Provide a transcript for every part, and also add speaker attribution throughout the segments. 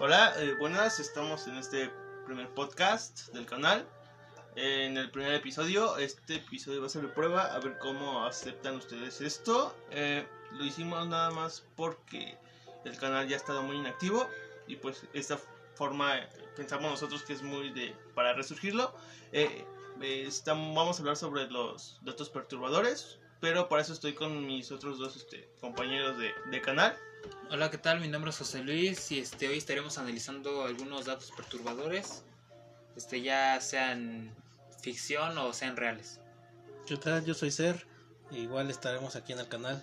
Speaker 1: Hola, eh, buenas, estamos en este primer podcast del canal. En el primer episodio, este episodio va a ser de prueba, a ver cómo aceptan ustedes esto. Eh, lo hicimos nada más porque el canal ya ha estado muy inactivo y pues esta forma eh, pensamos nosotros que es muy de para resurgirlo. Eh, eh, estamos- vamos a hablar sobre los datos perturbadores, pero para eso estoy con mis otros dos este, compañeros de, de canal.
Speaker 2: Hola, ¿qué tal? Mi nombre es José Luis y este, hoy estaremos analizando algunos datos perturbadores, este, ya sean ficción o sean reales.
Speaker 3: ¿Qué tal? Yo soy Ser. e igual estaremos aquí en el canal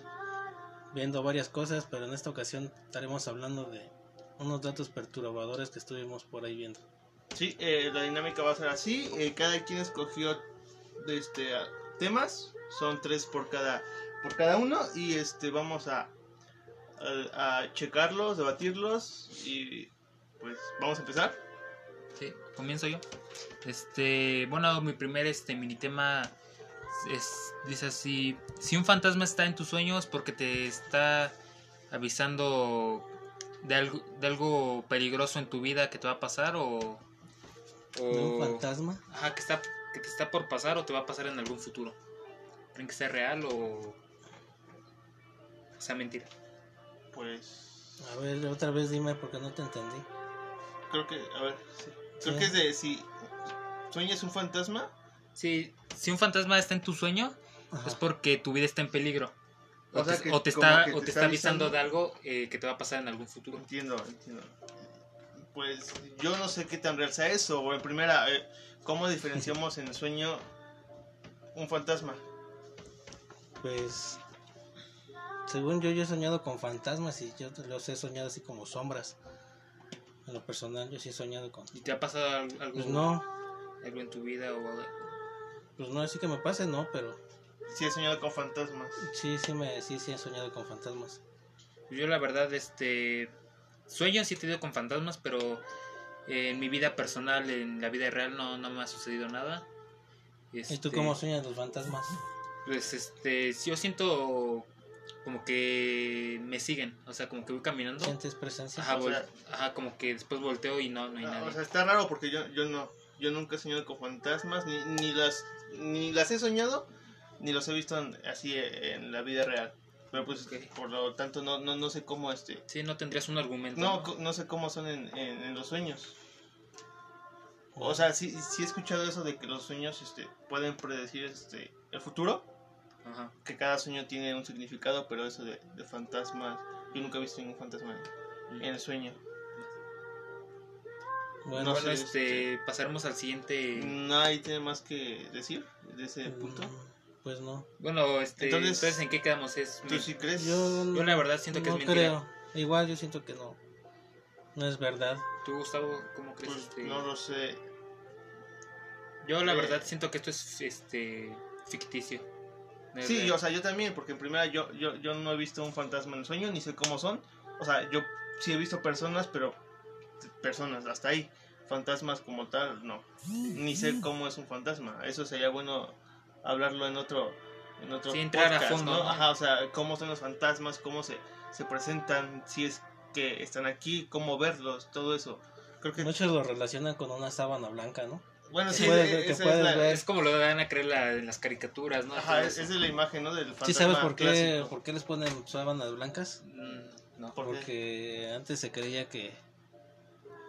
Speaker 3: viendo varias cosas, pero en esta ocasión estaremos hablando de unos datos perturbadores que estuvimos por ahí viendo.
Speaker 1: Sí, eh, la dinámica va a ser así. eh, cada quien escogió este, a- temas. Son tres por cada, por cada uno. Y este vamos a, a, a checarlos, debatirlos. Y pues vamos a empezar.
Speaker 2: Sí, comienzo yo. Este, bueno, mi primer este mini tema es dice así, si un fantasma está en tus sueños porque te está avisando de algo, de algo peligroso en tu vida que te va a pasar o, o
Speaker 3: ¿De
Speaker 1: Oh.
Speaker 3: un fantasma?
Speaker 2: ajá, que está que te está por pasar o te va a pasar en algún futuro. ¿Creen que sea real o o sea mentira?
Speaker 1: Pues
Speaker 3: A ver, otra vez dime porque no te entendí.
Speaker 1: creo que, a ver, sí. creo
Speaker 3: Sí.
Speaker 1: que es de si sueñas un fantasma.
Speaker 2: Sí, si un fantasma está en tu sueño
Speaker 3: Ajá.
Speaker 2: es porque tu vida está en peligro. O,
Speaker 1: O sea
Speaker 2: te,
Speaker 1: que
Speaker 2: o te
Speaker 1: como
Speaker 2: está,
Speaker 1: que
Speaker 2: o
Speaker 1: te
Speaker 2: te
Speaker 1: está
Speaker 2: está avisando
Speaker 1: avisando.
Speaker 2: de algo eh, que te va a pasar en algún futuro.
Speaker 1: Entiendo, entiendo. Pues yo no sé qué tan real sea eso. O en primera, eh, ¿cómo diferenciamos en el sueño un fantasma?
Speaker 3: Pues, según yo, yo he soñado con fantasmas y yo los he soñado así como sombras. En lo personal, yo sí he soñado con...
Speaker 2: ¿Y te ha pasado al- algo,
Speaker 3: Pues no,
Speaker 2: algo en tu vida? O,
Speaker 3: pues no, así que me pase, no, pero
Speaker 1: Sí, he soñado con fantasmas.
Speaker 3: sí, sí, me, sí, sí he soñado con fantasmas.
Speaker 2: yo la verdad, este... Sueños sí he tenido con fantasmas, pero eh, en mi vida personal, en la vida real, no, no me ha sucedido nada.
Speaker 3: ¿Y tú
Speaker 2: Este,
Speaker 3: cómo sueñas los fantasmas?
Speaker 2: Pues este, yo siento como que me siguen, o sea, como que voy caminando.
Speaker 3: ¿Sientes presencia?
Speaker 2: Ajá,
Speaker 1: o
Speaker 2: vol-
Speaker 1: sea-
Speaker 2: ajá, como que después volteo y no, no hay
Speaker 1: Ah,
Speaker 2: nadie.
Speaker 1: o sea, está raro porque yo, yo no. Yo nunca he soñado con fantasmas, ni, ni, las, ni las he soñado, ni los he visto en- así eh, en la vida real. Pero pues,
Speaker 2: Ok.
Speaker 1: por lo tanto, no, no, no sé cómo este.
Speaker 2: Sí, no tendrías un argumento.
Speaker 1: No,
Speaker 2: ¿no?
Speaker 1: co- no sé cómo son en, en- en los sueños. O sea, sí, sí he escuchado eso de que los sueños este, pueden predecir este, el futuro,
Speaker 2: Ajá.
Speaker 1: que cada sueño tiene un significado, pero eso de, de fantasmas, yo nunca he visto ningún fantasma en el sueño.
Speaker 3: Bueno,
Speaker 1: No
Speaker 2: Bueno,
Speaker 1: sé, Mm,
Speaker 2: este, pasaremos al siguiente.
Speaker 1: Nadie tiene más que decir de ese
Speaker 3: mm,
Speaker 1: punto.
Speaker 3: Pues no.
Speaker 2: Bueno, este,
Speaker 1: Entonces-
Speaker 2: entonces, ¿en qué quedamos? Es
Speaker 1: ¿Tú
Speaker 2: men-
Speaker 1: sí crees?
Speaker 3: Yo,
Speaker 2: Pues, Yo la verdad siento que
Speaker 3: no
Speaker 2: es mentira.
Speaker 3: creo. Igual yo siento que no. No es verdad.
Speaker 2: ¿Tú, Gustavo, cómo crees?
Speaker 1: Pues,
Speaker 2: este?
Speaker 1: no lo sé.
Speaker 2: Yo la
Speaker 1: Eh.
Speaker 2: verdad siento que esto es este ficticio. No es
Speaker 1: Sí,
Speaker 2: real.
Speaker 1: yo, o sea, yo también, porque en primera yo, yo, yo no he visto un fantasma en el sueño, ni sé cómo son. O sea, yo sí he visto personas, pero personas, hasta ahí. Fantasmas como tal, no. Ni sé
Speaker 3: Mm.
Speaker 1: cómo es un fantasma. Eso sería bueno hablarlo en otro, en otro
Speaker 2: Sí, entrar a
Speaker 1: podcast,
Speaker 2: fondo,
Speaker 1: ¿no?
Speaker 2: ¿no?
Speaker 1: Ajá, o sea, cómo son los fantasmas, cómo se, se presentan, si es que están aquí, cómo verlos, todo eso. Creo que...
Speaker 3: Muchos lo relacionan con una sábana blanca, ¿no?
Speaker 1: Bueno,
Speaker 3: que
Speaker 1: sí,
Speaker 3: puedes
Speaker 1: esa
Speaker 3: ver- que
Speaker 1: es
Speaker 3: puedes
Speaker 1: la-
Speaker 3: ver.
Speaker 2: Es como lo dan a creer la- en las caricaturas, ¿no?
Speaker 1: Ajá,
Speaker 2: Todo
Speaker 1: es,
Speaker 2: eso.
Speaker 1: es de la imagen, ¿no? Del fantasma
Speaker 3: ¿Sí sabes por qué,
Speaker 1: clásico.
Speaker 3: por qué les ponen sábanas blancas?
Speaker 2: Mm, no.
Speaker 1: ¿Por qué?
Speaker 3: Porque antes se creía que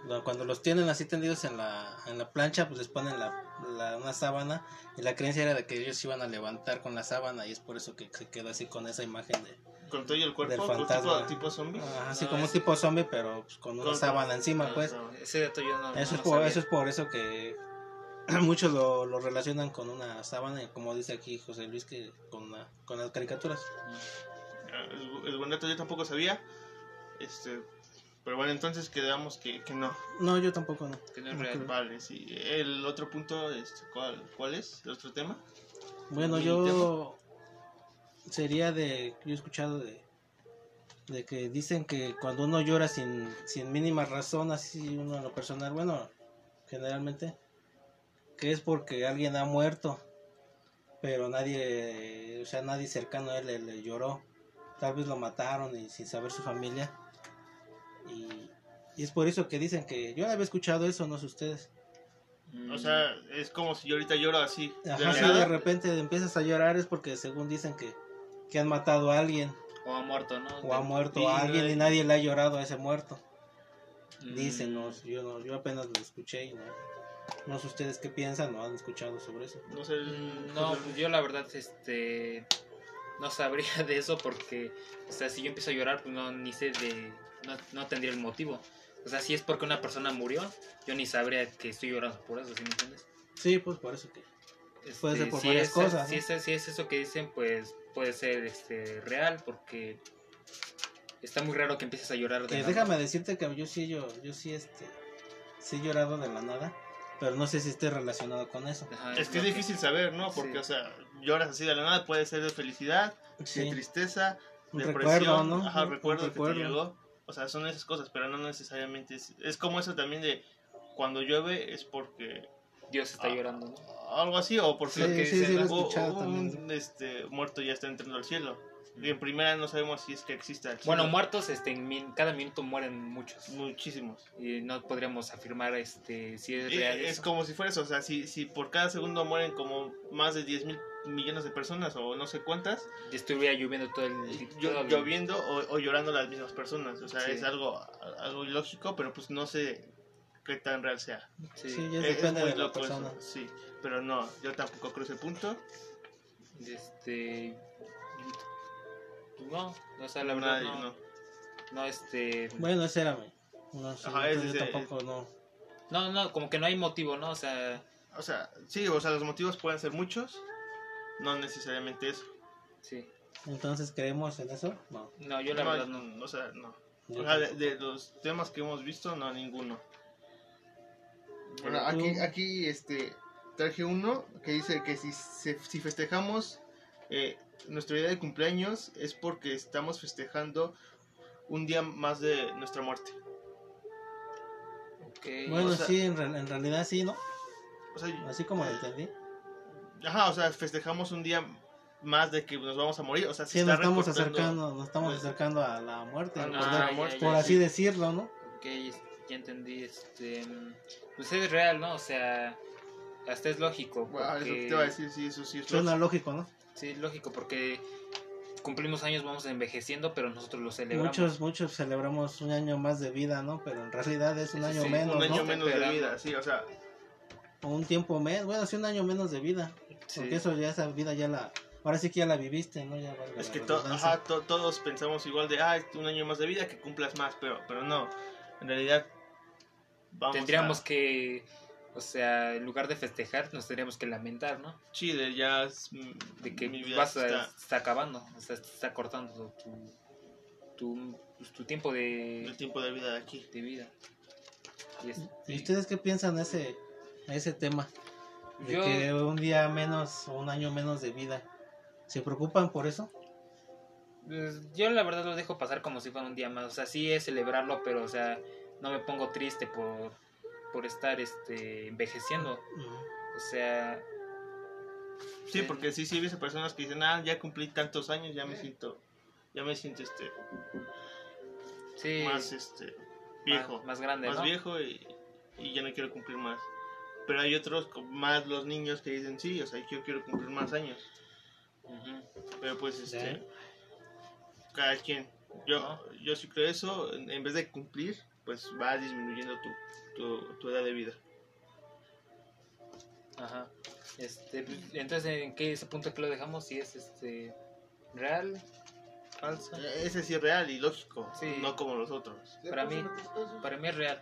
Speaker 3: no, cuando los tienen así tendidos en la, en la plancha, pues les ponen la, la- una sábana y la creencia era de que ellos se iban a levantar con la sábana y es por eso que se quedó así con esa imagen de
Speaker 1: con todo y el cuerpo,
Speaker 3: Del
Speaker 1: con tipo,
Speaker 3: fantasma.
Speaker 1: tipo zombie.
Speaker 3: Ah, así
Speaker 2: No,
Speaker 3: como un
Speaker 2: ese-
Speaker 3: tipo zombie, pero pues, con una
Speaker 1: Con-
Speaker 3: sábana encima, pues.
Speaker 1: Ah,
Speaker 2: Ese dato yo no.
Speaker 3: eso,
Speaker 2: no
Speaker 3: es
Speaker 2: lo
Speaker 3: por,
Speaker 2: sabía.
Speaker 3: eso es por eso que muchos lo, lo relacionan con una sábana, y como dice aquí José Luis, que con, la- con las caricaturas.
Speaker 1: Ah, El, el buen dato yo tampoco sabía. Este, pero bueno, entonces quedamos que, que no.
Speaker 3: No, yo tampoco no.
Speaker 2: Que no es real.
Speaker 1: Vale, sí. El otro punto, este, ¿cuál, ¿cuál es? ¿El otro tema?
Speaker 3: Bueno,
Speaker 1: ¿Y
Speaker 3: yo sería de, yo he escuchado de, de que dicen que cuando uno llora sin, sin mínima razón, así uno en lo personal, bueno, generalmente, que es porque alguien ha muerto, pero nadie, o sea, nadie cercano a él le, le lloró, tal vez lo mataron y sin saber su familia, y Y es por eso que dicen que yo había escuchado eso, no sé ustedes. mm,
Speaker 2: Mm.
Speaker 1: O sea, es como si yo ahorita lloro así. de
Speaker 3: Ajá,
Speaker 1: la
Speaker 3: si
Speaker 1: nada.
Speaker 3: de repente empiezas a llorar es porque según dicen que, que han matado a alguien
Speaker 2: o ha muerto, ¿no?
Speaker 3: o ha muerto a alguien y nadie le ha llorado a ese muerto.
Speaker 2: mm,
Speaker 1: Mm.
Speaker 3: Dicen, no, yo, no, yo apenas lo escuché y no, no sé ustedes qué piensan o han escuchado sobre eso.
Speaker 1: No sé.
Speaker 2: Mm, No, pues yo la verdad, este, no sabría de eso porque, o sea, si yo empiezo a llorar, pues no, ni sé de, no, no tendría el motivo. O sea, si es porque una persona murió, yo ni sabría que estoy llorando por eso, ¿sí me entiendes? Este,
Speaker 3: Sí, pues por eso que... Puede ser por
Speaker 2: si
Speaker 3: varias
Speaker 2: es-
Speaker 3: cosas,
Speaker 2: Si
Speaker 3: ¿no?
Speaker 2: es, si es eso que dicen, pues puede ser este, real porque está muy raro que empieces a llorar.
Speaker 3: que
Speaker 2: la
Speaker 3: déjame
Speaker 2: nada.
Speaker 3: decirte que yo sí, yo, yo sí, este, sí he llorado de la nada, pero no sé si esté relacionado con eso.
Speaker 2: Ajá,
Speaker 1: Es que es
Speaker 2: lo
Speaker 1: difícil saber, ¿no? Porque,
Speaker 2: Sí.
Speaker 1: o sea, lloras así de la nada, puede ser de felicidad, de
Speaker 3: Sí,
Speaker 1: tristeza,
Speaker 3: un
Speaker 1: depresión,
Speaker 3: recuerdo, ¿no?
Speaker 1: ajá,
Speaker 3: Un
Speaker 1: recuerdo que te
Speaker 3: recuerdo.
Speaker 1: llegó. O sea, son esas cosas, pero no necesariamente es, es como eso también de cuando llueve es porque
Speaker 2: Dios está
Speaker 1: Ah.
Speaker 2: llorando, ¿no?
Speaker 1: algo así o porque
Speaker 3: Sí,
Speaker 2: lo que
Speaker 3: sí,
Speaker 2: dicen,
Speaker 3: sí, lo he
Speaker 2: ¿no?
Speaker 1: o-
Speaker 3: escuchado
Speaker 1: o
Speaker 3: también.
Speaker 1: un este, muerto ya está entrando al cielo. Y en primera no sabemos si es que exista el cielo.
Speaker 2: Bueno, muertos, este, en min- cada minuto mueren muchos.
Speaker 1: muchísimos.
Speaker 2: Y no podríamos afirmar este, si es
Speaker 1: Eh,
Speaker 2: real.
Speaker 1: Es,
Speaker 2: eso.
Speaker 1: como si fuera eso, o sea, si, si por cada segundo mueren como más de 10 mil millones de personas o no sé cuántas,
Speaker 2: Y estuviera lloviendo todo el.
Speaker 1: llo-
Speaker 2: todo el-
Speaker 1: lloviendo o, o llorando las mismas personas, o sea,
Speaker 2: Sí.
Speaker 1: es algo, algo ilógico, pero pues no sé qué tan real sea.
Speaker 2: Sí.
Speaker 3: Sí, ya
Speaker 1: Es- es
Speaker 3: depende
Speaker 1: muy
Speaker 3: de la
Speaker 1: loco eso,
Speaker 3: persona.
Speaker 1: sí, pero no, yo tampoco creo ese punto.
Speaker 2: Este. pues No, o sea, la verdad.
Speaker 1: Nadie,
Speaker 2: no,
Speaker 1: no.
Speaker 2: no, este.
Speaker 3: Bueno, ese era mi. No, sé,
Speaker 1: Ajá, ese
Speaker 3: yo
Speaker 1: es el-
Speaker 3: tampoco no.
Speaker 2: No, no, como que no hay motivo, ¿no? O sea,
Speaker 1: O sea, sí, o sea, los motivos pueden ser muchos, no necesariamente eso.
Speaker 2: sí.
Speaker 3: Entonces creemos en eso. No.
Speaker 2: No, yo la
Speaker 1: No,
Speaker 2: verdad no.
Speaker 1: o sea, no.
Speaker 3: Yo
Speaker 1: O sea, de,
Speaker 3: tampoco.
Speaker 1: de los temas que hemos visto, no, ninguno. Bueno,
Speaker 3: Pero
Speaker 1: aquí,
Speaker 3: tú-
Speaker 1: aquí este, traje uno que dice que si, se- si festejamos eh, nuestro día de cumpleaños es porque estamos festejando un día más de nuestra muerte.
Speaker 2: Ok.
Speaker 3: Bueno,
Speaker 1: o sea-
Speaker 3: sí, en, real- en realidad sí, ¿no?
Speaker 1: O sea,
Speaker 3: Así como lo entendí.
Speaker 1: ajá, o sea, festejamos un día más de que nos vamos a morir. O sea, si
Speaker 3: Sí, nos estamos
Speaker 1: recortando- Ah,
Speaker 3: acercando, nos estamos
Speaker 1: pues,
Speaker 3: acercando a la muerte,
Speaker 1: a
Speaker 3: ¿no?
Speaker 1: la
Speaker 3: por,
Speaker 1: muerte.
Speaker 3: por
Speaker 2: Ah, ya,
Speaker 3: así
Speaker 2: sí.
Speaker 3: decirlo, ¿no?
Speaker 2: Ok, es- ya entendí. Este. mm, Pues es real, ¿no? O sea, hasta es lógico.
Speaker 1: Bueno, eso
Speaker 2: porque-
Speaker 1: te iba a decir, sí, eso sí es
Speaker 3: Suena
Speaker 1: lógico.
Speaker 3: lógico, ¿no?
Speaker 2: Sí, es lógico, porque cumplimos años, vamos envejeciendo, pero nosotros lo celebramos.
Speaker 3: Muchos, muchos celebramos un año más de vida, ¿no? Pero en realidad es un
Speaker 2: Sí,
Speaker 3: año
Speaker 2: sí,
Speaker 3: menos,
Speaker 1: un año
Speaker 3: ¿no?
Speaker 1: menos de
Speaker 2: Esperando.
Speaker 1: vida, sí, o sea,
Speaker 3: O un tiempo menos, bueno, sí, un año menos de vida.
Speaker 2: Sí.
Speaker 3: Porque eso ya, esa vida ya la, ahora sí que ya la viviste, ¿no? Ya valga
Speaker 1: Es
Speaker 3: la
Speaker 1: que to-
Speaker 3: redundancia.
Speaker 1: ajá, to- todos pensamos igual de, ah, un año más de vida, que cumplas más, pero, pero no, en realidad vamos
Speaker 2: Tendríamos
Speaker 1: a-
Speaker 2: que, o sea, en lugar de festejar, nos tendríamos que lamentar, ¿no?
Speaker 1: Sí, de ya... es, mm,
Speaker 2: De que
Speaker 1: mi
Speaker 2: pues,
Speaker 1: vida
Speaker 2: vas a,
Speaker 1: está-
Speaker 2: está acabando, o sea, está cortando tu, tu, pues, tu tiempo
Speaker 1: El
Speaker 2: de,
Speaker 1: tiempo de vida de aquí.
Speaker 2: de vida. Y es-
Speaker 3: ¿Y ustedes qué piensan de ese, de ese tema? De
Speaker 2: Yo-
Speaker 3: que un día menos o un año menos de vida. ¿Se preocupan por eso?
Speaker 2: Pues, yo la verdad lo dejo pasar como si fuera un día más. O sea, sí es celebrarlo, pero o sea, no me pongo triste por, por estar este envejeciendo.
Speaker 3: Mm.
Speaker 2: O sea,
Speaker 1: Sí, porque sí, sí, he visto personas que dicen, ah, ya cumplí tantos años, ya me siento, ya me siento este,
Speaker 2: sí,
Speaker 1: más este, viejo,
Speaker 2: Más, más grande,
Speaker 1: más
Speaker 2: ¿no?
Speaker 1: viejo y, y ya no quiero cumplir más. Pero hay otros, como más los niños, que dicen, sí, o sea, yo quiero cumplir más años.
Speaker 2: Ujú.
Speaker 1: Pero pues este
Speaker 3: Ya.
Speaker 1: cada quien. Yo,
Speaker 2: Ajá.
Speaker 1: yo sí creo eso, en en vez de cumplir, pues va disminuyendo tu, tu, tu edad de vida.
Speaker 2: Ajá. Este, pues, entonces, ¿en qué ese punto que lo dejamos? Si es este real, falsa.
Speaker 1: Ese sí es real y lógico,
Speaker 2: Sí.
Speaker 1: no como los otros.
Speaker 2: Para mí, para mí es real.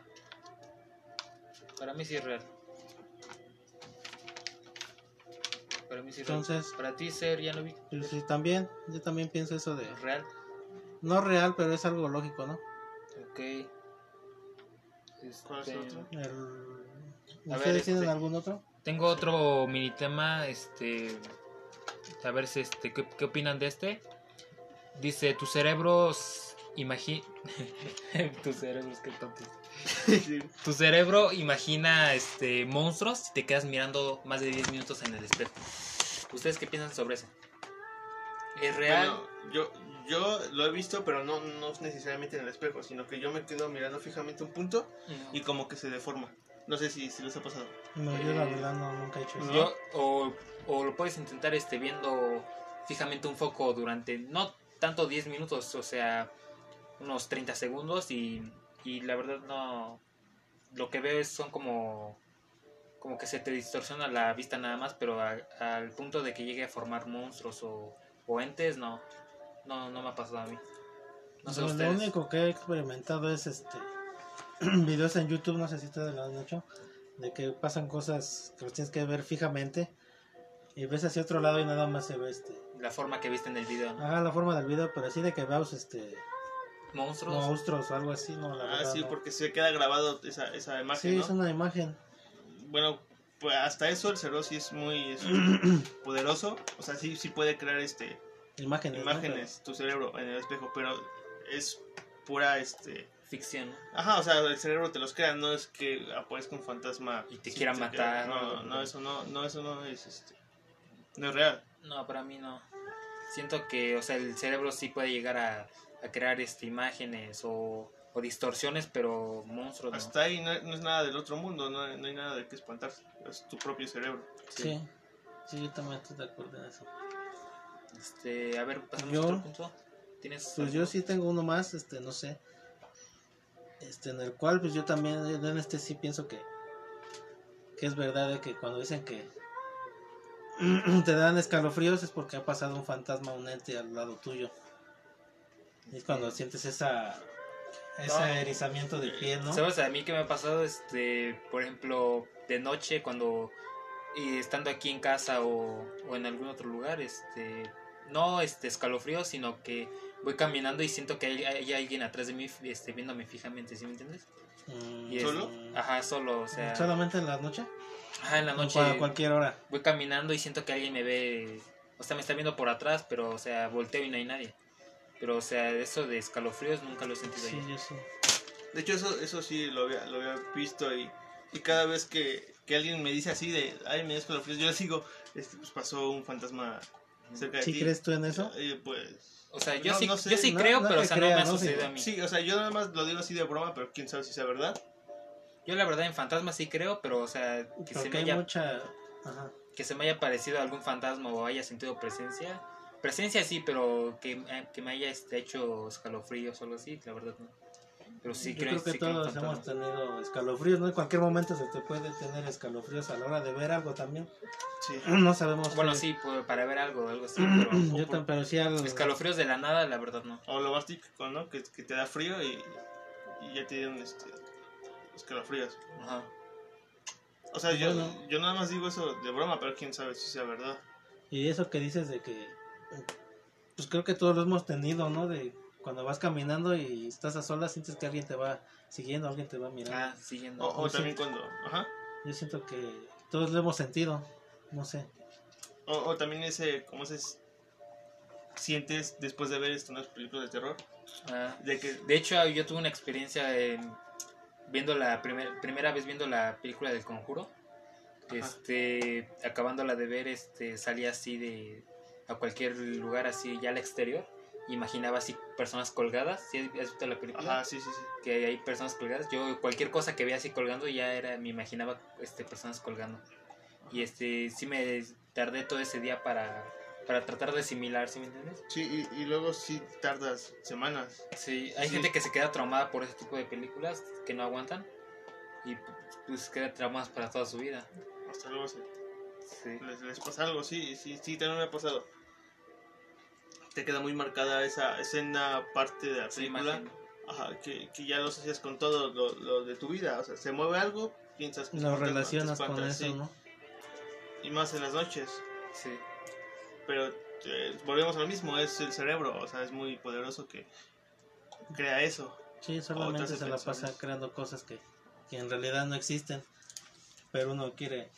Speaker 2: Para mí sí es real. Para mí sí es real.
Speaker 3: Entonces-
Speaker 2: para ti ser ya no vi
Speaker 3: Pero sí, también, yo también pienso eso de...
Speaker 2: real.
Speaker 3: No real, pero es algo lógico, ¿no?
Speaker 2: Ok. Este,
Speaker 1: ¿Cuál es el otro?
Speaker 3: El-
Speaker 2: A
Speaker 3: ¿Ustedes
Speaker 2: ver,
Speaker 3: tienen
Speaker 2: este-
Speaker 3: algún otro?
Speaker 2: Tengo otro mini tema, este, a ver si este, ¿qué, qué opinan de este. Dice, tu cerebro s- imagi- tu cerebro es que tonto.
Speaker 1: Sí.
Speaker 2: Tu cerebro imagina este monstruos si te quedas mirando más de 10 minutos en el espejo. ¿Ustedes qué piensan sobre eso? Es real.
Speaker 1: Bueno, yo, yo lo he visto, pero no, no necesariamente en el espejo, sino que yo me quedo mirando fijamente un punto
Speaker 2: No.
Speaker 1: y como que se deforma. No sé si, si les ha pasado.
Speaker 3: No, yo la verdad no, nunca he hecho eso.
Speaker 2: eh, Yo- o, o lo puedes intentar este viendo fijamente un foco durante no tanto 10 minutos, o sea, unos 30 segundos y, y la verdad no lo que veo es son como como que se te distorsiona la vista nada más, pero a- al punto de que llegue a formar monstruos o, o entes no. No no me ha pasado a mí. No sé
Speaker 3: Lo- lo
Speaker 2: ustedes.
Speaker 3: único que he experimentado es este videos en YouTube, no sé si ustedes lo han hecho, de que pasan cosas que los tienes que ver fijamente y ves hacia otro lado y nada más se ve este.
Speaker 2: La forma que viste en el video, ¿no?
Speaker 3: Haga la forma del video, pero así de que veas este
Speaker 2: Monstruos.
Speaker 3: monstruos o algo así, no la
Speaker 1: Ah,
Speaker 3: verdad,
Speaker 1: sí,
Speaker 3: no.
Speaker 1: porque se queda grabado esa, esa imagen,
Speaker 3: Sí,
Speaker 1: ¿no?
Speaker 3: es una imagen.
Speaker 1: Bueno, pues hasta eso el cerebro sí es muy es poderoso. O sea, sí, sí puede crear este
Speaker 3: Imágenes. ¿no?
Speaker 1: imágenes, tu cerebro en el espejo, pero es pura este
Speaker 2: Ficción, ¿no?
Speaker 1: Ajá, o sea, el cerebro te los crea, no es que aparezca un fantasma
Speaker 2: Y te quiera matar.
Speaker 1: No, no, eso no, no, eso no es este, no es real.
Speaker 2: No, para mí no. Siento que, o sea, el cerebro sí puede llegar a, a crear este, imágenes o, o distorsiones, pero monstruos no.
Speaker 1: Hasta ahí no, no es nada del otro mundo, no, hay- no hay nada de qué espantarse, es tu propio cerebro.
Speaker 3: Sí. sí. yo también estoy de acuerdo en eso.
Speaker 2: Este, a ver, pasamos
Speaker 3: Yo-
Speaker 2: a otro punto. ¿Tienes
Speaker 3: Pues yo
Speaker 2: algo?
Speaker 3: sí tengo uno más, este, no sé. Este, en el cual, pues yo también, en este sí pienso que, que es verdad de que cuando dicen que te dan escalofríos es porque ha pasado un fantasma, un ente al lado tuyo. Y es cuando sientes esa, ese
Speaker 2: No.
Speaker 3: erizamiento de piel, ¿no?
Speaker 2: ¿Sabes a mí qué me ha pasado? Este, por ejemplo, de noche cuando y estando aquí en casa o, o en algún otro lugar, este, no este escalofrío, sino que voy caminando y siento que hay, hay alguien atrás de mí este, viéndome fijamente, ¿sí me entiendes?
Speaker 3: Mm,
Speaker 2: Y es-
Speaker 1: ¿Solo?
Speaker 2: Ajá, solo, Ah, o sea,
Speaker 3: ¿Solamente en la noche?
Speaker 2: ajá, en la noche
Speaker 3: O a cualquier hora.
Speaker 2: voy caminando y siento que alguien me ve, o sea, me está viendo por atrás, pero, o sea, volteo y no hay nadie. Pero, o sea, eso de escalofríos nunca lo he sentido
Speaker 3: Sí,
Speaker 2: ahí.
Speaker 3: yo sí.
Speaker 1: De hecho, eso, eso sí lo había, lo había visto y, y cada vez que, que alguien me dice así de, ay, me desco yo les digo, este, pues pasó un fantasma cerca de
Speaker 3: ¿Sí
Speaker 1: ti.
Speaker 3: crees tú en eso?
Speaker 1: Eh, pues,
Speaker 2: O sea, yo
Speaker 1: No,
Speaker 2: sí,
Speaker 1: no sé,
Speaker 2: yo sí
Speaker 3: no-
Speaker 2: creo,
Speaker 3: no
Speaker 2: pero, o
Speaker 3: te
Speaker 2: sea, no
Speaker 3: creas,
Speaker 2: me ha
Speaker 3: ¿no?
Speaker 2: sucedido
Speaker 3: Sí.
Speaker 2: a mí.
Speaker 1: sí, o sea, yo nada más lo digo así de broma, pero quién sabe si sea verdad.
Speaker 2: Yo, la verdad, en fantasmas sí creo, pero, o sea, que se,
Speaker 3: Porque
Speaker 2: me
Speaker 3: hay
Speaker 2: haya,
Speaker 3: mucha... Ajá.
Speaker 2: que se me haya parecido algún fantasma o haya sentido presencia. Presencia sí, pero que, eh, que me haya este, hecho escalofríos o algo así, la verdad no. Pero Pues sí
Speaker 3: Yo
Speaker 2: creo,
Speaker 3: creo que
Speaker 2: sí creo en
Speaker 3: todos
Speaker 2: fantasmas.
Speaker 3: hemos tenido escalofríos, ¿no? En cualquier momento se te puede tener escalofríos a la hora de ver algo también.
Speaker 1: Sí.
Speaker 3: No sabemos.
Speaker 2: Bueno,
Speaker 3: qué-
Speaker 2: sí, pues, para ver algo, algo así, pero
Speaker 3: Yo también, pero sí al...
Speaker 2: escalofríos de la nada, la verdad no.
Speaker 1: O lo más típico, ¿no? Que, que te da frío y, y ya te dieron este, escalofríos.
Speaker 2: Ajá.
Speaker 1: O sea, yo,
Speaker 3: Bueno.
Speaker 1: yo nada más digo eso de broma, pero quién sabe si sea verdad.
Speaker 3: Y eso que dices de que... Pues creo que todos lo hemos tenido, ¿no? De cuando vas caminando y estás a solas, sientes que alguien te va siguiendo, alguien te va mirando.
Speaker 2: Ah, siguiendo.
Speaker 1: O, o
Speaker 3: No sé.
Speaker 1: también cuando. Ajá.
Speaker 2: Ah.
Speaker 3: Yo siento que todos lo hemos sentido, no sé.
Speaker 1: O, o también ese. ¿Cómo se s- sientes después de ver esto, unas películas de terror?
Speaker 2: Ah.
Speaker 1: De que.
Speaker 2: De hecho, yo tuve una experiencia eh, viendo la primer- primera vez viendo la película del Conjuro. Este, acabándola de ver, este, salía así de a cualquier lugar así ya al exterior. Imaginaba así personas colgadas. ¿Sí has visto la película?
Speaker 1: Ajá, sí, sí, sí.
Speaker 2: Que hay personas colgadas. Yo cualquier cosa que veía así colgando ya era me imaginaba este personas colgando. Y este sí me tardé todo ese día para para tratar de asimilar, ¿sí me entiendes?
Speaker 1: Sí, y, y luego sí tardas semanas.
Speaker 2: Sí, hay
Speaker 1: Sí.
Speaker 2: gente que se queda traumada por ese tipo de películas que no aguantan y pues queda traumadas para toda su vida.
Speaker 1: Hasta luego se-
Speaker 2: Sí.
Speaker 1: les, les pasa algo, sí, sí, sí, también me ha pasado. Te queda muy marcada esa escena, parte de la
Speaker 2: Sí,
Speaker 1: película.
Speaker 2: imagen.
Speaker 1: Ajá, que, que ya lo asocias con todo lo, lo de tu vida. O sea, se mueve algo, piensas que es
Speaker 3: Lo
Speaker 1: un fantasma, te
Speaker 3: relacionas con
Speaker 1: espantas,
Speaker 3: eso,
Speaker 1: sí,
Speaker 3: ¿no?
Speaker 1: Y más en las noches.
Speaker 2: Sí.
Speaker 1: Pero eh, volvemos a lo mismo, es el cerebro. O sea, es muy poderoso que crea eso.
Speaker 3: Sí,
Speaker 1: Otras
Speaker 3: solamente se la
Speaker 1: defensores.
Speaker 3: pasa creando cosas que, que en realidad no existen, pero uno quiere...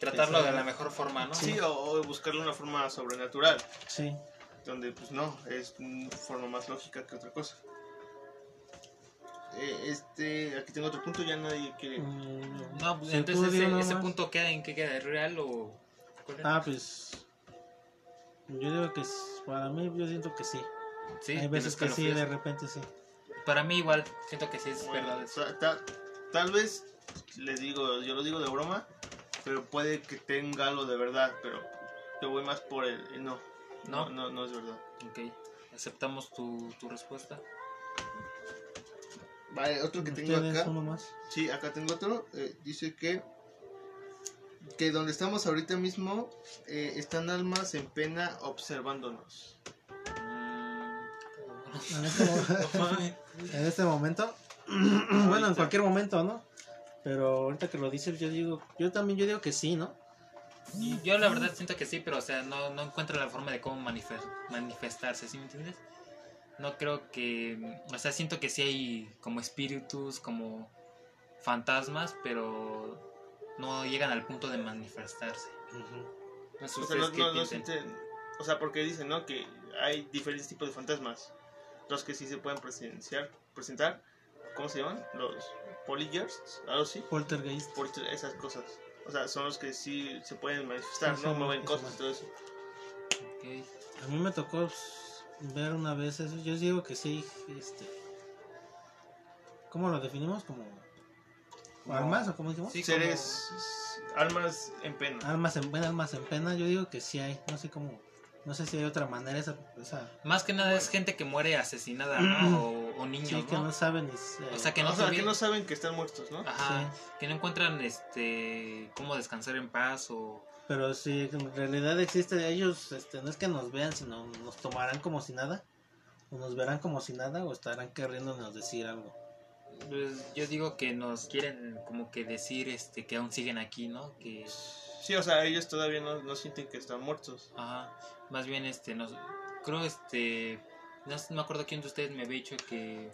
Speaker 2: Tratarlo de
Speaker 3: Exacto.
Speaker 2: la mejor forma, ¿no?
Speaker 1: Sí, o, o buscarle una forma sobrenatural.
Speaker 3: Sí,
Speaker 1: Donde, pues no, es una forma más lógica que otra cosa. Eh, este, aquí tengo otro punto, ya nadie quiere.
Speaker 3: Mm,
Speaker 2: No, pues,
Speaker 3: Sí, tú
Speaker 2: entonces
Speaker 3: dilo
Speaker 2: ese,
Speaker 3: nada
Speaker 2: ese
Speaker 3: más.
Speaker 2: punto queda en qué queda, ¿es real o...? cuál era?
Speaker 3: Ah, pues. Ah, Yo digo que s- para mí, yo siento que sí.
Speaker 2: Sí,
Speaker 3: Hay
Speaker 2: tiene
Speaker 3: veces que sí, de
Speaker 2: escalofríos.
Speaker 3: repente sí.
Speaker 2: Para mí igual, siento que sí es
Speaker 1: Bueno,
Speaker 2: verdad. eso.
Speaker 1: ta- ta- tal vez les digo, yo lo digo de broma, pero puede que tenga algo de verdad, pero yo voy más por el el no. No,
Speaker 2: ¿No?
Speaker 1: no, no es verdad.
Speaker 2: Ok, aceptamos tu, tu respuesta.
Speaker 1: Vale, otro que tengo
Speaker 3: ¿Ustedes
Speaker 1: acá.
Speaker 3: uno más?
Speaker 1: Sí, acá tengo otro. eh, dice que que donde estamos ahorita mismo eh, están almas en pena observándonos.
Speaker 2: Mm,
Speaker 3: En este, mo- en este momento, bueno, en
Speaker 1: Ahorita.
Speaker 3: cualquier momento, ¿no? Pero ahorita que lo dices, yo digo, yo también, yo digo que sí, ¿no?
Speaker 2: Y Yo la verdad siento que sí, pero o sea, no, no encuentro la forma de cómo manife- manifestarse, ¿sí me entiendes? No creo que, o sea, siento que sí hay como espíritus, como fantasmas, pero no llegan al punto de manifestarse. No sé
Speaker 1: O sea, no,
Speaker 2: ustedes qué
Speaker 1: no- no
Speaker 2: piensan.
Speaker 1: sienten- o sea, porque dicen, ¿no? Que hay diferentes tipos de fantasmas. Los que sí se pueden presenciar, presentar. ¿Cómo se llaman? Los polygers, algo así.
Speaker 3: Poltergeist.
Speaker 1: Por esas cosas. O sea, son los que sí se pueden manifestar,
Speaker 3: Sí,
Speaker 1: ¿no?
Speaker 3: son los
Speaker 1: Mueven
Speaker 3: que
Speaker 1: cosas
Speaker 3: se
Speaker 1: y todo eso.
Speaker 2: Ok.
Speaker 3: A mí me tocó pues, ver una vez eso. Yo digo que sí, este. ¿Cómo lo definimos? ¿Como almas o cómo dijimos?
Speaker 2: Sí, Ah,
Speaker 1: Seres, almas en pena.
Speaker 3: Almas en pena, almas en pena. Yo digo que sí hay. No sé cómo. No sé si hay otra manera esa. esa
Speaker 2: Más que nada es gente que muere asesinada, ¿no? O, o niños,
Speaker 3: Mm. sí, que
Speaker 2: ¿no?
Speaker 3: no saben. ni eh, s-
Speaker 2: O
Speaker 3: eh,
Speaker 2: sea, que no,
Speaker 1: o sea,
Speaker 2: sabían- Ah,
Speaker 1: que no saben que están muertos, ¿no?
Speaker 2: Ajá, que no encuentran este cómo descansar en paz o
Speaker 3: Pero si en realidad existe, ellos este, no es que nos vean, sino nos tomarán como si nada. O nos verán como si nada, o estarán queriéndonos decir algo.
Speaker 2: pues, yo digo que nos quieren como que decir este que aún siguen aquí, ¿no? Que
Speaker 1: Sí, o sea, ellos todavía no, no sienten que están muertos.
Speaker 2: ajá, más bien este nos creo este no, sé- no me acuerdo quién de ustedes me había dicho que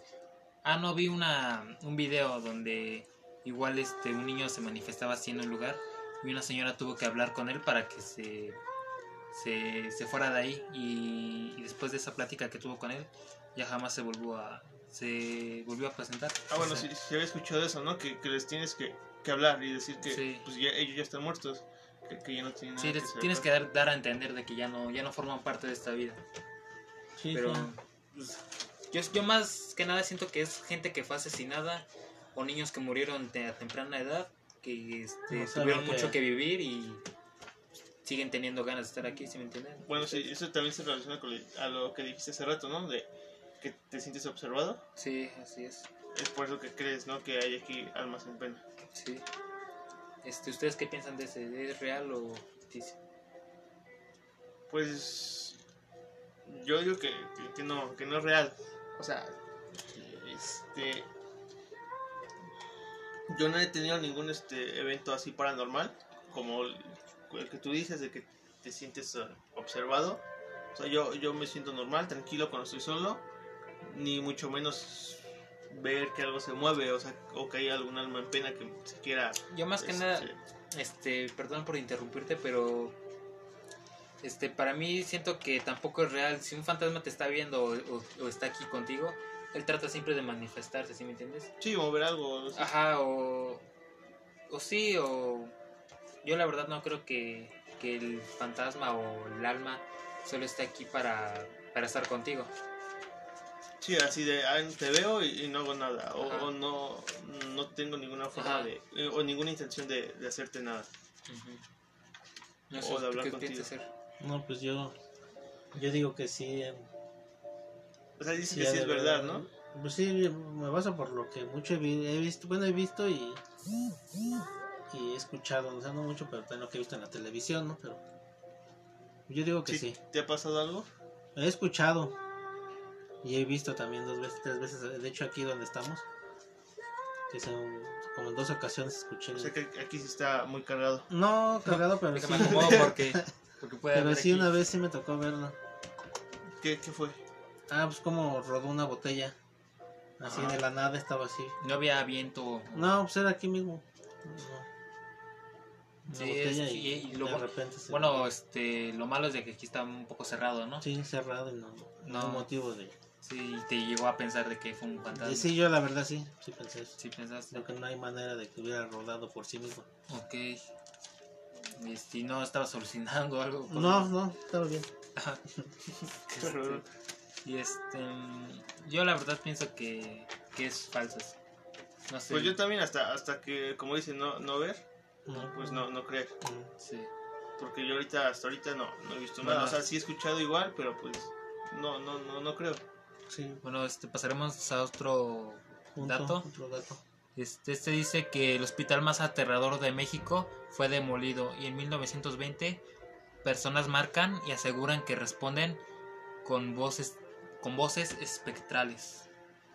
Speaker 2: ah no vi una un video donde igual este un niño se manifestaba así en un lugar y una señora tuvo que hablar con él para que se se, se fuera de ahí y, y después de esa plática que tuvo con él ya jamás se volvió a se volvió a presentar
Speaker 1: Ah, bueno,
Speaker 2: O sea,
Speaker 1: sí, sí había escuchado eso, ¿no? Que, que les tienes que, que hablar y decir que
Speaker 2: Sí.
Speaker 1: pues, ya, ellos ya están muertos. Que, que ya no tienen
Speaker 2: sí,
Speaker 1: nada
Speaker 2: les-
Speaker 1: hacer,
Speaker 2: tienes
Speaker 1: ¿no?
Speaker 2: que dar, dar a entender de que ya no ya no forman parte de esta vida
Speaker 3: Sí,
Speaker 2: pero
Speaker 3: sí.
Speaker 2: pues, yo, yo más que nada siento que es gente que fue asesinada o niños que murieron te- a temprana edad que este,
Speaker 3: No saben
Speaker 2: tuvieron
Speaker 3: qué-
Speaker 2: mucho que vivir y pues, siguen teniendo ganas de estar aquí, ¿sí me entienden?
Speaker 1: Bueno, sí, eso también se relaciona con lo- a lo que dijiste hace rato, ¿no? De que te sientes observado.
Speaker 2: Sí, así es.
Speaker 1: Es por eso que crees, ¿no? Que hay aquí almas en pena.
Speaker 2: Sí. Este, ¿Ustedes qué piensan de ese? ¿Es real o ficticio?
Speaker 1: Pues yo digo que, que- que no, que no es real. O sea, este yo no he tenido ningún este evento así paranormal como el, el que tú dices de que te sientes eh, observado. O sea, yo yo me siento normal, tranquilo cuando estoy solo, ni mucho menos ver que algo se mueve, o sea, o que hay algún alma en pena que se quiera
Speaker 2: Yo más que
Speaker 1: este,
Speaker 2: nada, este, perdón por interrumpirte, pero este, para mí siento que tampoco es real. Si un fantasma te está viendo o, o- o está aquí contigo, él trata siempre de manifestarse, ¿sí me entiendes?
Speaker 1: sí, mover algo, o sea,
Speaker 2: Ajá, o, o sí, o yo la verdad no creo que, que el fantasma o el alma solo esté aquí para, para estar contigo.
Speaker 1: Sí, así de ah, te veo y, y no hago nada. O,
Speaker 2: Ajá.
Speaker 1: o no, no tengo ninguna forma
Speaker 2: Ajá.
Speaker 1: de. eh, O ninguna intención de, de hacerte nada.
Speaker 2: No
Speaker 1: O
Speaker 2: sé,
Speaker 1: de
Speaker 2: ¿tú
Speaker 1: hablar
Speaker 2: ¿qué
Speaker 1: contigo.
Speaker 2: piensas hacer?
Speaker 3: No, pues yo. Yo digo que sí. eh,
Speaker 1: O sea, dice
Speaker 3: sí,
Speaker 1: que sí
Speaker 3: de
Speaker 1: es verdad, ¿no?
Speaker 3: Pues sí, me baso por lo que mucho he, vi- he visto. Bueno, he visto y. Y he escuchado, o sea, no mucho, pero también lo que he visto en la televisión, ¿no? Pero. Yo digo que
Speaker 1: Sí,
Speaker 3: sí.
Speaker 1: ¿Te ha pasado algo?
Speaker 3: He escuchado. Y he visto también dos veces, tres veces. De hecho, aquí donde estamos. Que son como en dos ocasiones escuché.
Speaker 1: O sea, que aquí sí está muy cargado.
Speaker 3: No, cargado, pero sí.
Speaker 2: Déjame acomodo porque, porque puede
Speaker 3: Pero
Speaker 2: haber
Speaker 3: sí,
Speaker 2: aquí-
Speaker 3: una vez sí me tocó verlo.
Speaker 1: ¿Qué, qué fue?
Speaker 3: Ah, pues como rodó una botella. Así
Speaker 2: Ajá.
Speaker 3: de la nada estaba así.
Speaker 2: No había viento.
Speaker 3: No, pues era aquí mismo. Una
Speaker 2: Sí,
Speaker 3: botella
Speaker 2: es-
Speaker 3: y,
Speaker 2: y- y lo
Speaker 3: de
Speaker 2: bu-
Speaker 3: repente se-
Speaker 2: Bueno, este, lo malo es de que aquí está un poco cerrado, ¿no?
Speaker 3: sí, cerrado y no,
Speaker 2: No.
Speaker 3: no. hay motivo de.
Speaker 2: Sí, y te llegó a pensar de que fue un fantasma.
Speaker 3: Y sí, yo la verdad sí, sí pensé eso.
Speaker 2: Sí, pensaste.
Speaker 3: Creo que no hay manera de que hubiera rodado por sí mismo.
Speaker 2: Ok. Este, no estabas alucinando o algo. por-
Speaker 3: No, no, estaba bien.
Speaker 2: Ajá. Este,
Speaker 1: Pero-
Speaker 2: y este. mm, Yo la verdad pienso que, que es falso. eso. No sé.
Speaker 1: Pues yo también hasta, hasta que, como dicen, no, no ver,
Speaker 3: No, Mm,
Speaker 1: pues no, no creer.
Speaker 3: no.
Speaker 2: Sí.
Speaker 1: Porque yo ahorita, hasta ahorita no, no he visto nada.
Speaker 2: Nada.
Speaker 1: O sea, sí he escuchado igual, pero pues no, no, no, no creo.
Speaker 3: Sí,
Speaker 2: Bueno, este, pasaremos a otro
Speaker 3: punto,
Speaker 2: dato.
Speaker 3: Otro dato.
Speaker 2: Este, este dice que el hospital más aterrador de México fue demolido y en 1920 personas marcan y aseguran que responden con voces con voces espectrales.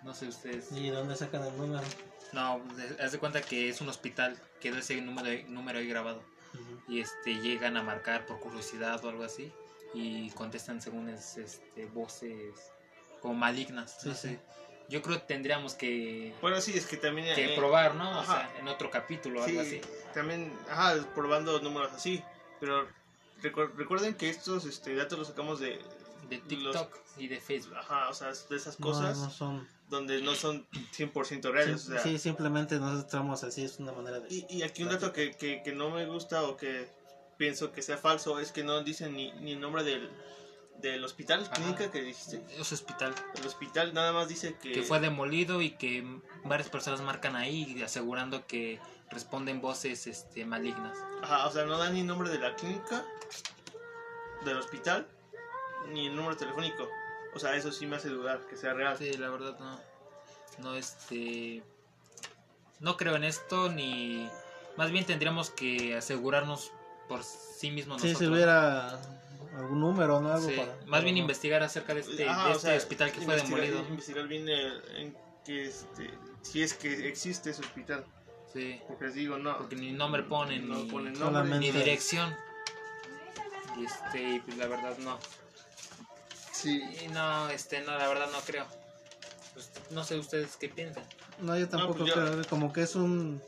Speaker 2: No sé ustedes.
Speaker 3: ¿Y dónde sacan el número?
Speaker 2: No, de- haz de cuenta que es un hospital, quedó ese número, ahí- número ahí grabado
Speaker 3: Ujú.
Speaker 2: y este llegan a marcar por curiosidad o algo así y contestan según es, este voces como malignas.
Speaker 3: Sí,
Speaker 2: no
Speaker 3: sí.
Speaker 2: sé. Yo creo que tendríamos que
Speaker 1: Bueno, sí, es que también...
Speaker 2: que
Speaker 1: eh,
Speaker 2: probar, ¿no?
Speaker 1: ajá.
Speaker 2: O sea, en otro capítulo o
Speaker 1: sí,
Speaker 2: algo así.
Speaker 1: también, ajá, probando números así. Pero recu- recuerden que estos este, datos los sacamos de...
Speaker 2: De
Speaker 1: los-
Speaker 2: TikTok y de Facebook.
Speaker 1: Ajá, o sea, de esas
Speaker 3: No,
Speaker 1: cosas
Speaker 3: no son.
Speaker 1: donde no son 100% reales.
Speaker 3: sí,
Speaker 1: o sea,
Speaker 3: sí, simplemente nos estamos así, es una manera de.
Speaker 1: Y, y aquí un dato que, que, que no me gusta o que pienso que sea falso es que no dicen ni, ni el nombre del, del hospital,
Speaker 2: Ajá.
Speaker 1: clínica que dijiste.
Speaker 2: Es hospital
Speaker 1: El hospital nada más dice que...
Speaker 2: que fue demolido y que varias personas marcan ahí asegurando que responden voces este malignas.
Speaker 1: Ajá, o sea, no dan ni nombre de la clínica, del hospital, ni el número telefónico. O sea, eso sí me hace dudar que sea real.
Speaker 2: Sí, la verdad no. No este no creo en esto ni más bien tendríamos que asegurarnos por sí mismos
Speaker 3: Sí, si
Speaker 2: nosotros.
Speaker 3: hubiera algún número, ¿no? Algo
Speaker 2: Sí,
Speaker 3: para-
Speaker 2: más
Speaker 3: para-
Speaker 2: bien
Speaker 3: no.
Speaker 2: investigar acerca de este,
Speaker 1: Ajá, Ah,
Speaker 2: de
Speaker 1: o
Speaker 2: este
Speaker 1: sea,
Speaker 2: hospital que fue
Speaker 1: investigar-
Speaker 2: demolido.
Speaker 1: Investigar bien el- en que este, si es que existe ese hospital.
Speaker 2: Sí,
Speaker 1: Porque les digo, no.
Speaker 2: porque ni nombre ponen,
Speaker 1: No
Speaker 2: ni-
Speaker 1: ponen nombre.
Speaker 3: Solamente-
Speaker 2: ni dirección. Y este, y, pues la verdad no.
Speaker 1: Sí.
Speaker 2: Y no, este, no, la verdad no creo. Pues, no sé ustedes qué piensan.
Speaker 3: No, yo tampoco
Speaker 1: pues yo-
Speaker 3: creo, como que es un,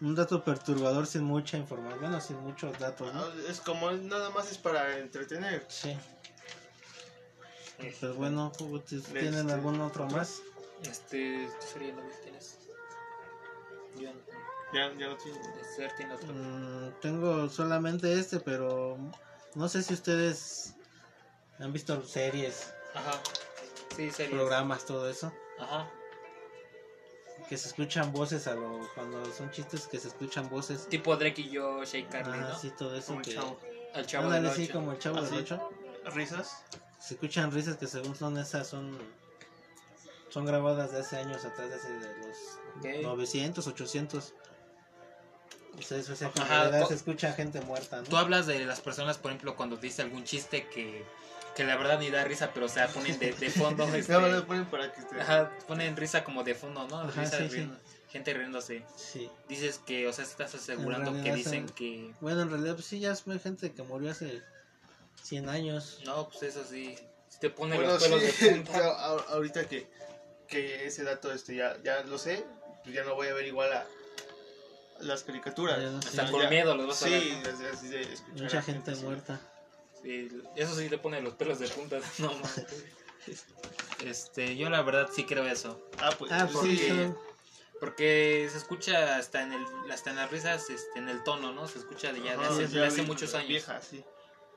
Speaker 3: un dato perturbador sin mucha información, bueno, sin muchos datos, ¿no?
Speaker 1: Ah, Es como nada más es para entretener.
Speaker 3: Sí,
Speaker 2: Este,
Speaker 3: pero Pues, bueno, ¿ustedes ¿tienen
Speaker 1: Este,
Speaker 3: algún otro
Speaker 1: otro?
Speaker 3: más?
Speaker 2: Este, ¿tú sería lo que tienes? Yo no tengo.
Speaker 1: Ya, ya no tiene.
Speaker 2: Ser tiene otro.
Speaker 3: Mm, tengo solamente este, pero no sé si ustedes han visto series,
Speaker 2: Ajá. Sí, series.
Speaker 3: programas, todo eso,
Speaker 2: Ajá.
Speaker 3: que se escuchan voces a lo, cuando son chistes que se escuchan voces.
Speaker 2: Tipo Drake y yo, Shea Carly,
Speaker 3: Ah,
Speaker 2: ¿no?
Speaker 3: sí, todo eso
Speaker 1: Como el
Speaker 3: que...
Speaker 1: chavo.
Speaker 2: Al chavo
Speaker 3: Ándale,
Speaker 2: del
Speaker 3: sí,
Speaker 2: Ocho.
Speaker 3: como el chavo
Speaker 1: Ah,
Speaker 3: del
Speaker 1: sí.
Speaker 3: Ocho.
Speaker 1: ¿Risas?
Speaker 3: Se escuchan risas que según son esas son son grabadas de hace años atrás, de, hace de los
Speaker 2: Ok.
Speaker 3: 900, 800. O sea, eso, o sea,
Speaker 2: Ajá,
Speaker 3: como de edad
Speaker 2: co-
Speaker 3: se escucha gente muerta,
Speaker 2: Tú
Speaker 3: ¿no?
Speaker 2: hablas de las personas, por ejemplo, cuando dice algún chiste que, que la verdad ni da risa, pero o sea, ponen de, de fondo. este,
Speaker 1: No, lo ponen para que te...
Speaker 2: ajá, ponen risa como de fondo, ¿no?
Speaker 3: Ajá,
Speaker 2: Risa
Speaker 3: sí,
Speaker 2: riendo, Gente riéndose.
Speaker 3: Sí.
Speaker 2: Dices que, o sea, estás asegurando
Speaker 3: En
Speaker 2: que
Speaker 3: realidad
Speaker 2: dicen
Speaker 3: son-
Speaker 2: que.
Speaker 3: Bueno, en realidad pues sí ya es gente que murió hace 100 años.
Speaker 2: No, pues eso sí. sí Te pone
Speaker 1: Bueno,
Speaker 2: los
Speaker 1: sí,
Speaker 2: pelos de punta.
Speaker 1: pero a- ahorita que, que ese dato este ya, ya lo sé, pues ya no voy a ver igual a las caricaturas.
Speaker 3: Ya no
Speaker 1: O
Speaker 3: sé.
Speaker 1: sea,
Speaker 2: Hasta con
Speaker 1: ya-
Speaker 2: miedo los vas a ver.
Speaker 1: Sí,
Speaker 2: ¿no?
Speaker 1: así- así de escuchar a
Speaker 3: Mucha gente
Speaker 1: así.
Speaker 3: muerta.
Speaker 2: Sí, eso sí le pone los pelos de punta. No, no. Este, yo la verdad sí creo eso.
Speaker 1: Ah, pues
Speaker 3: Ah, por
Speaker 1: sí.
Speaker 3: eso.
Speaker 2: Porque se escucha hasta en el, hasta en las risas, este, en el tono, ¿no? Se escucha de Este, ya de
Speaker 1: Ajá,
Speaker 2: hace,
Speaker 1: ya
Speaker 2: de hace
Speaker 1: vi,
Speaker 2: muchos
Speaker 1: pero
Speaker 2: años.
Speaker 1: Vieja, sí.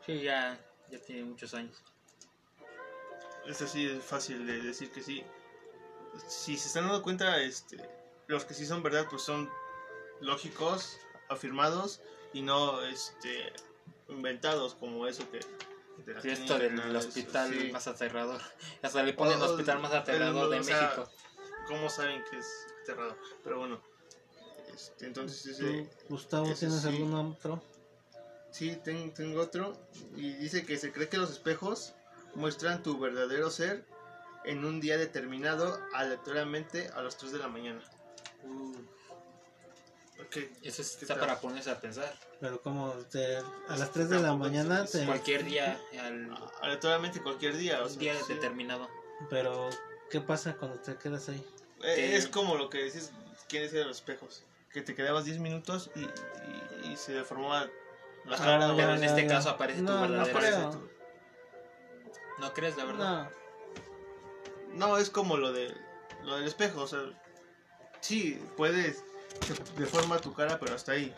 Speaker 2: Sí, ya, ya tiene muchos años.
Speaker 1: Eso sí es fácil de decir que sí. Si se están dando cuenta, este, los que sí son verdad, pues son lógicos, afirmados y no este, inventados como eso que. de la
Speaker 2: Sí, esto del,
Speaker 1: clínica,
Speaker 2: del
Speaker 1: eso,
Speaker 2: hospital
Speaker 1: sí.
Speaker 2: más aterrador. Hasta le ponen
Speaker 1: O-
Speaker 2: el hospital más aterrador
Speaker 1: el-
Speaker 2: de
Speaker 1: o sea,
Speaker 2: México.
Speaker 1: ¿Cómo saben que es aterrador? Pero bueno, este, entonces
Speaker 3: Tú,
Speaker 1: ese-
Speaker 3: Gustavo,
Speaker 1: Ese
Speaker 3: ¿tienes
Speaker 1: sí.
Speaker 3: algún otro?
Speaker 1: sí, ten- tengo otro y dice que se cree que los espejos muestran tu verdadero ser en un día determinado aleatoriamente a las 3 de la mañana.
Speaker 2: Uh,
Speaker 1: Ok,
Speaker 2: eso es-
Speaker 1: ¿Qué
Speaker 2: está
Speaker 1: tal?
Speaker 2: para ponerse a pensar.
Speaker 3: Pero como te- a las 3 de la
Speaker 1: Tampoco es-
Speaker 3: mañana,
Speaker 1: es
Speaker 3: te-
Speaker 2: Cualquier día, al
Speaker 1: aleatoriamente cualquier día. Ah, o
Speaker 2: un
Speaker 1: sea,
Speaker 2: día
Speaker 1: sí.
Speaker 2: determinado.
Speaker 3: pero ¿qué pasa cuando te quedas ahí?
Speaker 1: Eh, Es
Speaker 2: Eh.
Speaker 1: como lo que dices, ¿quién es de los espejos? Que te quedabas 10 minutos y, y- y se deformaba la
Speaker 3: Ah,
Speaker 1: cara. o-
Speaker 2: Pero
Speaker 3: ya,
Speaker 2: en
Speaker 3: ya,
Speaker 2: este
Speaker 3: ya.
Speaker 2: caso aparece tu
Speaker 3: No, no
Speaker 2: verdadero
Speaker 1: aparece
Speaker 3: creo.
Speaker 1: tu-
Speaker 2: ¿No crees, la verdad?
Speaker 3: No,
Speaker 1: No, es como lo de lo del espejo, o sea, sí, puedes se deforma tu cara, pero hasta ahí.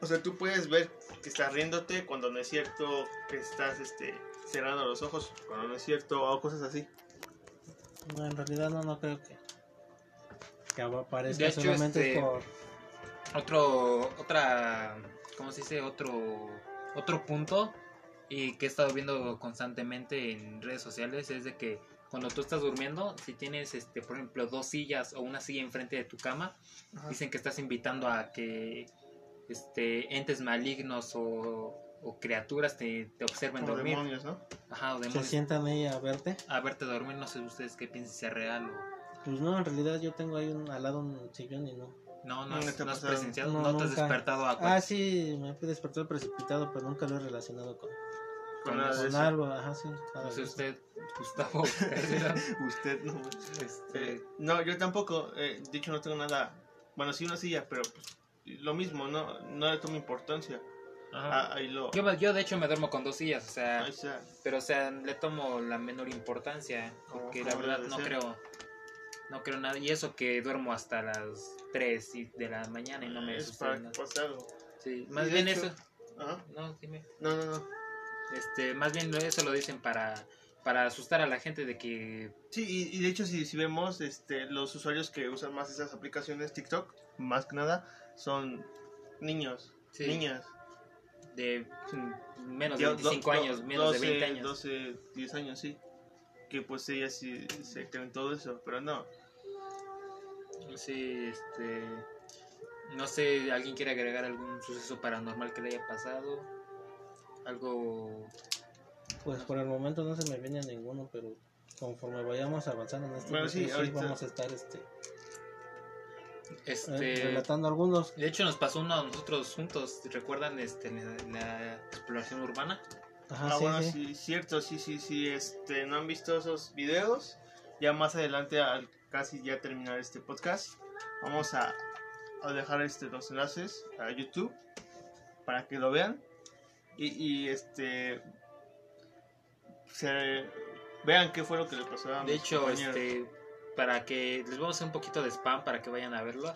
Speaker 1: O sea, tú puedes ver que estás riéndote cuando no es cierto, que estás este, cerrando los ojos cuando no es cierto, o cosas así.
Speaker 3: No, en realidad no, no creo que, que aparezca
Speaker 2: De hecho,
Speaker 3: solamente
Speaker 2: este,
Speaker 3: por...
Speaker 2: Otro, otra, ¿cómo se dice? Otro, otro punto y que he estado viendo constantemente en redes sociales es de que cuando tú estás durmiendo, si tienes, este, por ejemplo, dos sillas o una silla enfrente de tu cama, dicen que estás invitando a que este, entes malignos o, o criaturas te, te observen
Speaker 1: Como
Speaker 2: dormir.
Speaker 1: demonios, ¿no?
Speaker 2: Ajá, o
Speaker 3: Se
Speaker 2: demonios.
Speaker 3: sientan ahí a verte.
Speaker 2: A verte dormir, no sé ustedes qué piensan, si sea real o...
Speaker 3: Pues no, en realidad yo tengo ahí un, al lado un sillón y no.
Speaker 2: No, no,
Speaker 1: Nunca
Speaker 2: has,
Speaker 1: te ha
Speaker 2: no has
Speaker 1: pasado.
Speaker 2: presenciado,
Speaker 3: No,
Speaker 2: no, te has
Speaker 3: nunca.
Speaker 2: despertado a
Speaker 3: Ah, sí, me he despertado precipitado, pero nunca lo he relacionado con,
Speaker 1: Con
Speaker 2: Con
Speaker 1: nada de
Speaker 3: con
Speaker 1: eso.
Speaker 3: algo. Ajá, sí.
Speaker 2: No
Speaker 3: algo.
Speaker 2: sé usted, Gustavo. ¿verdad?
Speaker 1: Usted no.
Speaker 2: Este,
Speaker 1: Eh, no, yo tampoco. eh, de hecho, no tengo nada. Bueno, sí, una silla, pero pues, lo mismo, no, no le tomo importancia.
Speaker 2: ajá.
Speaker 1: Ah, ahí lo.
Speaker 2: Yo, me- yo de hecho me duermo con dos sillas, o sea,
Speaker 1: ahí está.
Speaker 2: pero o sea, le tomo la menor importancia, porque
Speaker 1: Como-
Speaker 2: la
Speaker 1: como
Speaker 2: verdad
Speaker 1: debe
Speaker 2: no
Speaker 1: ser.
Speaker 2: creo, no creo nada, y eso que duermo hasta las 3 y- de la mañana y no me
Speaker 1: es
Speaker 2: asusta
Speaker 1: para
Speaker 2: nada.
Speaker 1: que pase algo.
Speaker 2: Sí,
Speaker 1: Y
Speaker 2: más
Speaker 1: de
Speaker 2: bien
Speaker 1: hecho-
Speaker 2: eso,
Speaker 1: Ajá.
Speaker 2: no, dime.
Speaker 1: No, no, no.
Speaker 2: Este, más bien eso lo dicen para, para asustar a la gente de que
Speaker 1: Sí, y, y de hecho, si, si vemos este, los usuarios que usan más esas aplicaciones, TikTok, más que nada, son niños,
Speaker 2: sí,
Speaker 1: niñas.
Speaker 2: de mm, menos de
Speaker 1: Yo-
Speaker 2: 25
Speaker 1: do- do-
Speaker 2: años, menos
Speaker 1: 12,
Speaker 2: de 20 años.
Speaker 1: 12, 10 años, sí. Que pues ellas sí se creen todo eso, pero no.
Speaker 2: Sí, este. No sé, ¿alguien quiere agregar algún suceso paranormal que le haya pasado? Algo.
Speaker 3: Pues por el momento no se me viene a ninguno, pero conforme vayamos avanzando en este
Speaker 1: Bueno, sí,
Speaker 3: video, sí,
Speaker 1: ahorita-
Speaker 3: vamos a estar este, eh,
Speaker 2: Este.
Speaker 3: relatando algunos.
Speaker 2: De hecho, nos pasó uno a nosotros juntos. ¿Recuerdan este, la, la exploración urbana?
Speaker 3: Ajá,
Speaker 1: Ah,
Speaker 3: sí,
Speaker 1: bueno,
Speaker 3: sí.
Speaker 1: sí, cierto, sí, sí, sí. Este, no han visto esos videos. Ya más adelante, al casi ya terminar este podcast, vamos a, a dejar este, los enlaces a YouTube para que lo vean y, y, este se vean qué fue lo que le pasó a
Speaker 2: De
Speaker 1: mis
Speaker 2: hecho,
Speaker 1: compañeros.
Speaker 2: este. Para que. Les vamos a hacer un poquito de spam para que vayan a verlo.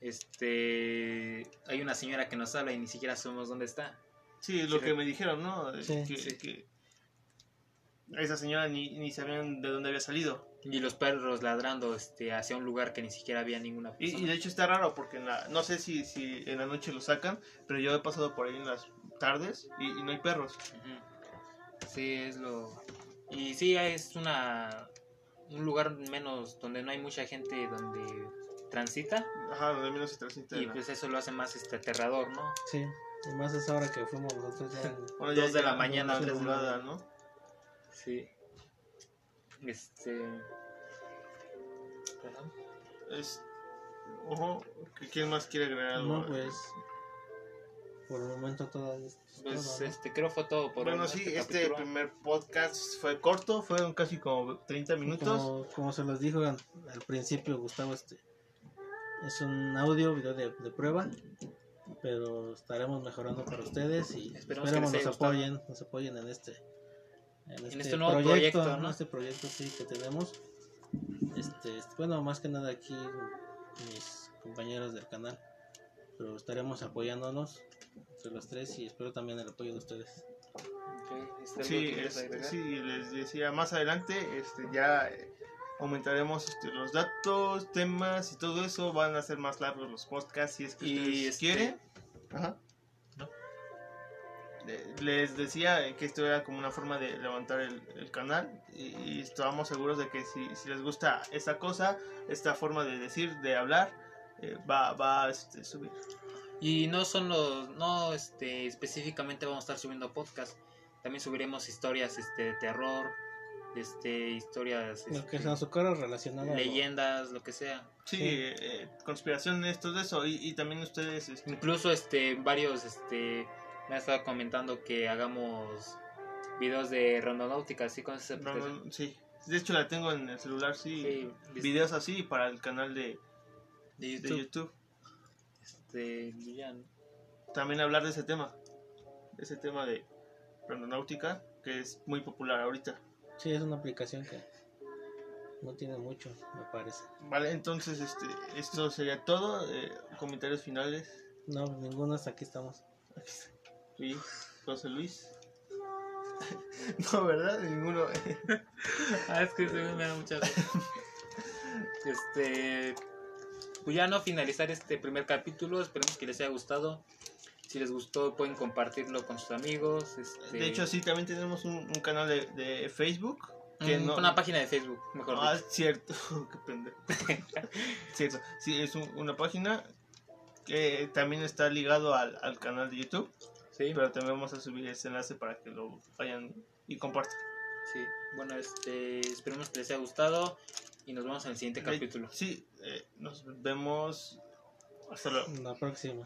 Speaker 2: Este. Hay una señora que nos habla y ni siquiera sabemos dónde está.
Speaker 1: sí, lo
Speaker 2: sí,
Speaker 1: que
Speaker 2: re-
Speaker 1: me dijeron, ¿no? Eh,
Speaker 3: Sí.
Speaker 1: que,
Speaker 2: Sí.
Speaker 1: que esa señora ni, ni sabían de dónde había salido.
Speaker 2: Y los perros ladrando este, hacia un lugar que ni siquiera había ninguna
Speaker 1: Y,
Speaker 2: persona.
Speaker 1: y de hecho está raro porque en la- no sé si, si en la noche lo sacan, pero yo he pasado por ahí en las tardes y, y no hay perros.
Speaker 2: Ujú. Sí, es lo... Y sí, es una... un lugar menos donde no hay mucha gente donde transita
Speaker 1: Ajá, donde menos se transita.
Speaker 2: y
Speaker 1: la-
Speaker 2: pues eso lo hace más este aterrador, ¿no?
Speaker 3: Sí, y más es ahora que fuimos nosotros ya en-
Speaker 1: Bueno,
Speaker 2: dos de la mañana,
Speaker 1: noche
Speaker 2: tres de la
Speaker 1: nublada, ¿no?
Speaker 2: Sí. Este... Perdón.
Speaker 1: Es... Ojo, ¿qu- ¿quién más quiere agregar algo?
Speaker 3: No, pues. Por el momento todavía. es
Speaker 2: Pues
Speaker 3: todo, ¿no?
Speaker 2: este creo fue todo por
Speaker 1: bueno,
Speaker 2: hoy, ¿no?
Speaker 1: sí, este
Speaker 2: capítulo.
Speaker 1: primer podcast fue corto, fueron casi como 30 minutos.
Speaker 3: Como, como se los dijo al, al principio, Gustavo, este es un audio, video de, de prueba, pero estaremos mejorando para ustedes y
Speaker 2: Esperemos
Speaker 3: esperemos,
Speaker 2: que les haya
Speaker 3: nos
Speaker 2: gustado.
Speaker 3: apoyen, nos apoyen en este, en
Speaker 2: este nuevo proyecto, ¿no?
Speaker 3: Este proyecto sí que tenemos. Este, este, bueno, más que nada aquí mis compañeros del canal, pero estaremos apoyándonos entre los tres y espero también el apoyo de ustedes.
Speaker 2: Ok, este, ¿algo
Speaker 1: Sí,
Speaker 2: que quieras
Speaker 1: este,
Speaker 2: agregar?
Speaker 1: sí, les decía, más adelante este, ya eh, aumentaremos este, los datos, temas y todo eso. Van a ser más largos los podcasts si es que
Speaker 2: Y,
Speaker 1: ustedes
Speaker 2: este,
Speaker 1: quieren. Ajá.
Speaker 2: ¿No?
Speaker 1: Le- Les decía eh, que esto era como una forma de levantar el, el canal y, y estábamos seguros de que si, si les gusta esta cosa, esta forma de decir, de hablar, eh, va, va a este, subir.
Speaker 2: Y no son los, no este, específicamente vamos a estar subiendo podcast, también subiremos historias este, de terror, este, historias,
Speaker 3: Lo que
Speaker 2: este,
Speaker 3: se nos ocurra relacionado a lo-
Speaker 2: leyendas, lo que sea.
Speaker 1: Sí,
Speaker 3: Sí.
Speaker 1: eh, eh, conspiraciones, todo eso. Y, y también ustedes... este,
Speaker 2: Incluso este, varios este, me han estado comentando que hagamos videos de rondonáutica, así con esa
Speaker 1: No, no,
Speaker 2: aplicación.
Speaker 1: no, sí. De hecho la tengo en el celular, sí.
Speaker 2: Sí, de-
Speaker 1: Videos así para el canal de,
Speaker 2: de
Speaker 1: de
Speaker 2: YouTube.
Speaker 1: YouTube.
Speaker 2: Este, y ya, ¿no?
Speaker 1: También hablar de ese tema. De ese tema de Randonáutica, que es muy popular ahorita.
Speaker 3: Sí, es una aplicación que no tiene mucho, me parece.
Speaker 1: Vale, entonces este, esto sería todo. eh, comentarios finales.
Speaker 3: No, pues ninguno hasta aquí estamos.
Speaker 1: Sí, José Luis. No, ¿verdad? Ninguno.
Speaker 2: Ah, es que ese güey me da mucha risa. Este. Pues ya no finalizar este primer capítulo. Esperemos que les haya gustado. Si les gustó, pueden compartirlo con sus amigos. Este,
Speaker 1: De hecho, sí, también tenemos un, un canal de, de Facebook. Que
Speaker 2: un-
Speaker 1: no,
Speaker 2: mm, una página de Facebook, mejor
Speaker 1: Ah,
Speaker 2: dicho.
Speaker 1: cierto. Qué pendejo. cierto. Sí, es un- una página que también está ligado al, al canal de YouTube.
Speaker 2: Sí,
Speaker 1: Pero también vamos a subir ese enlace para que lo vayan y compartan.
Speaker 2: sí. Bueno, este, esperemos que les haya gustado. Y nos vemos en el siguiente capítulo.
Speaker 1: Sí, eh, nos vemos. Hasta luego.
Speaker 3: La próxima.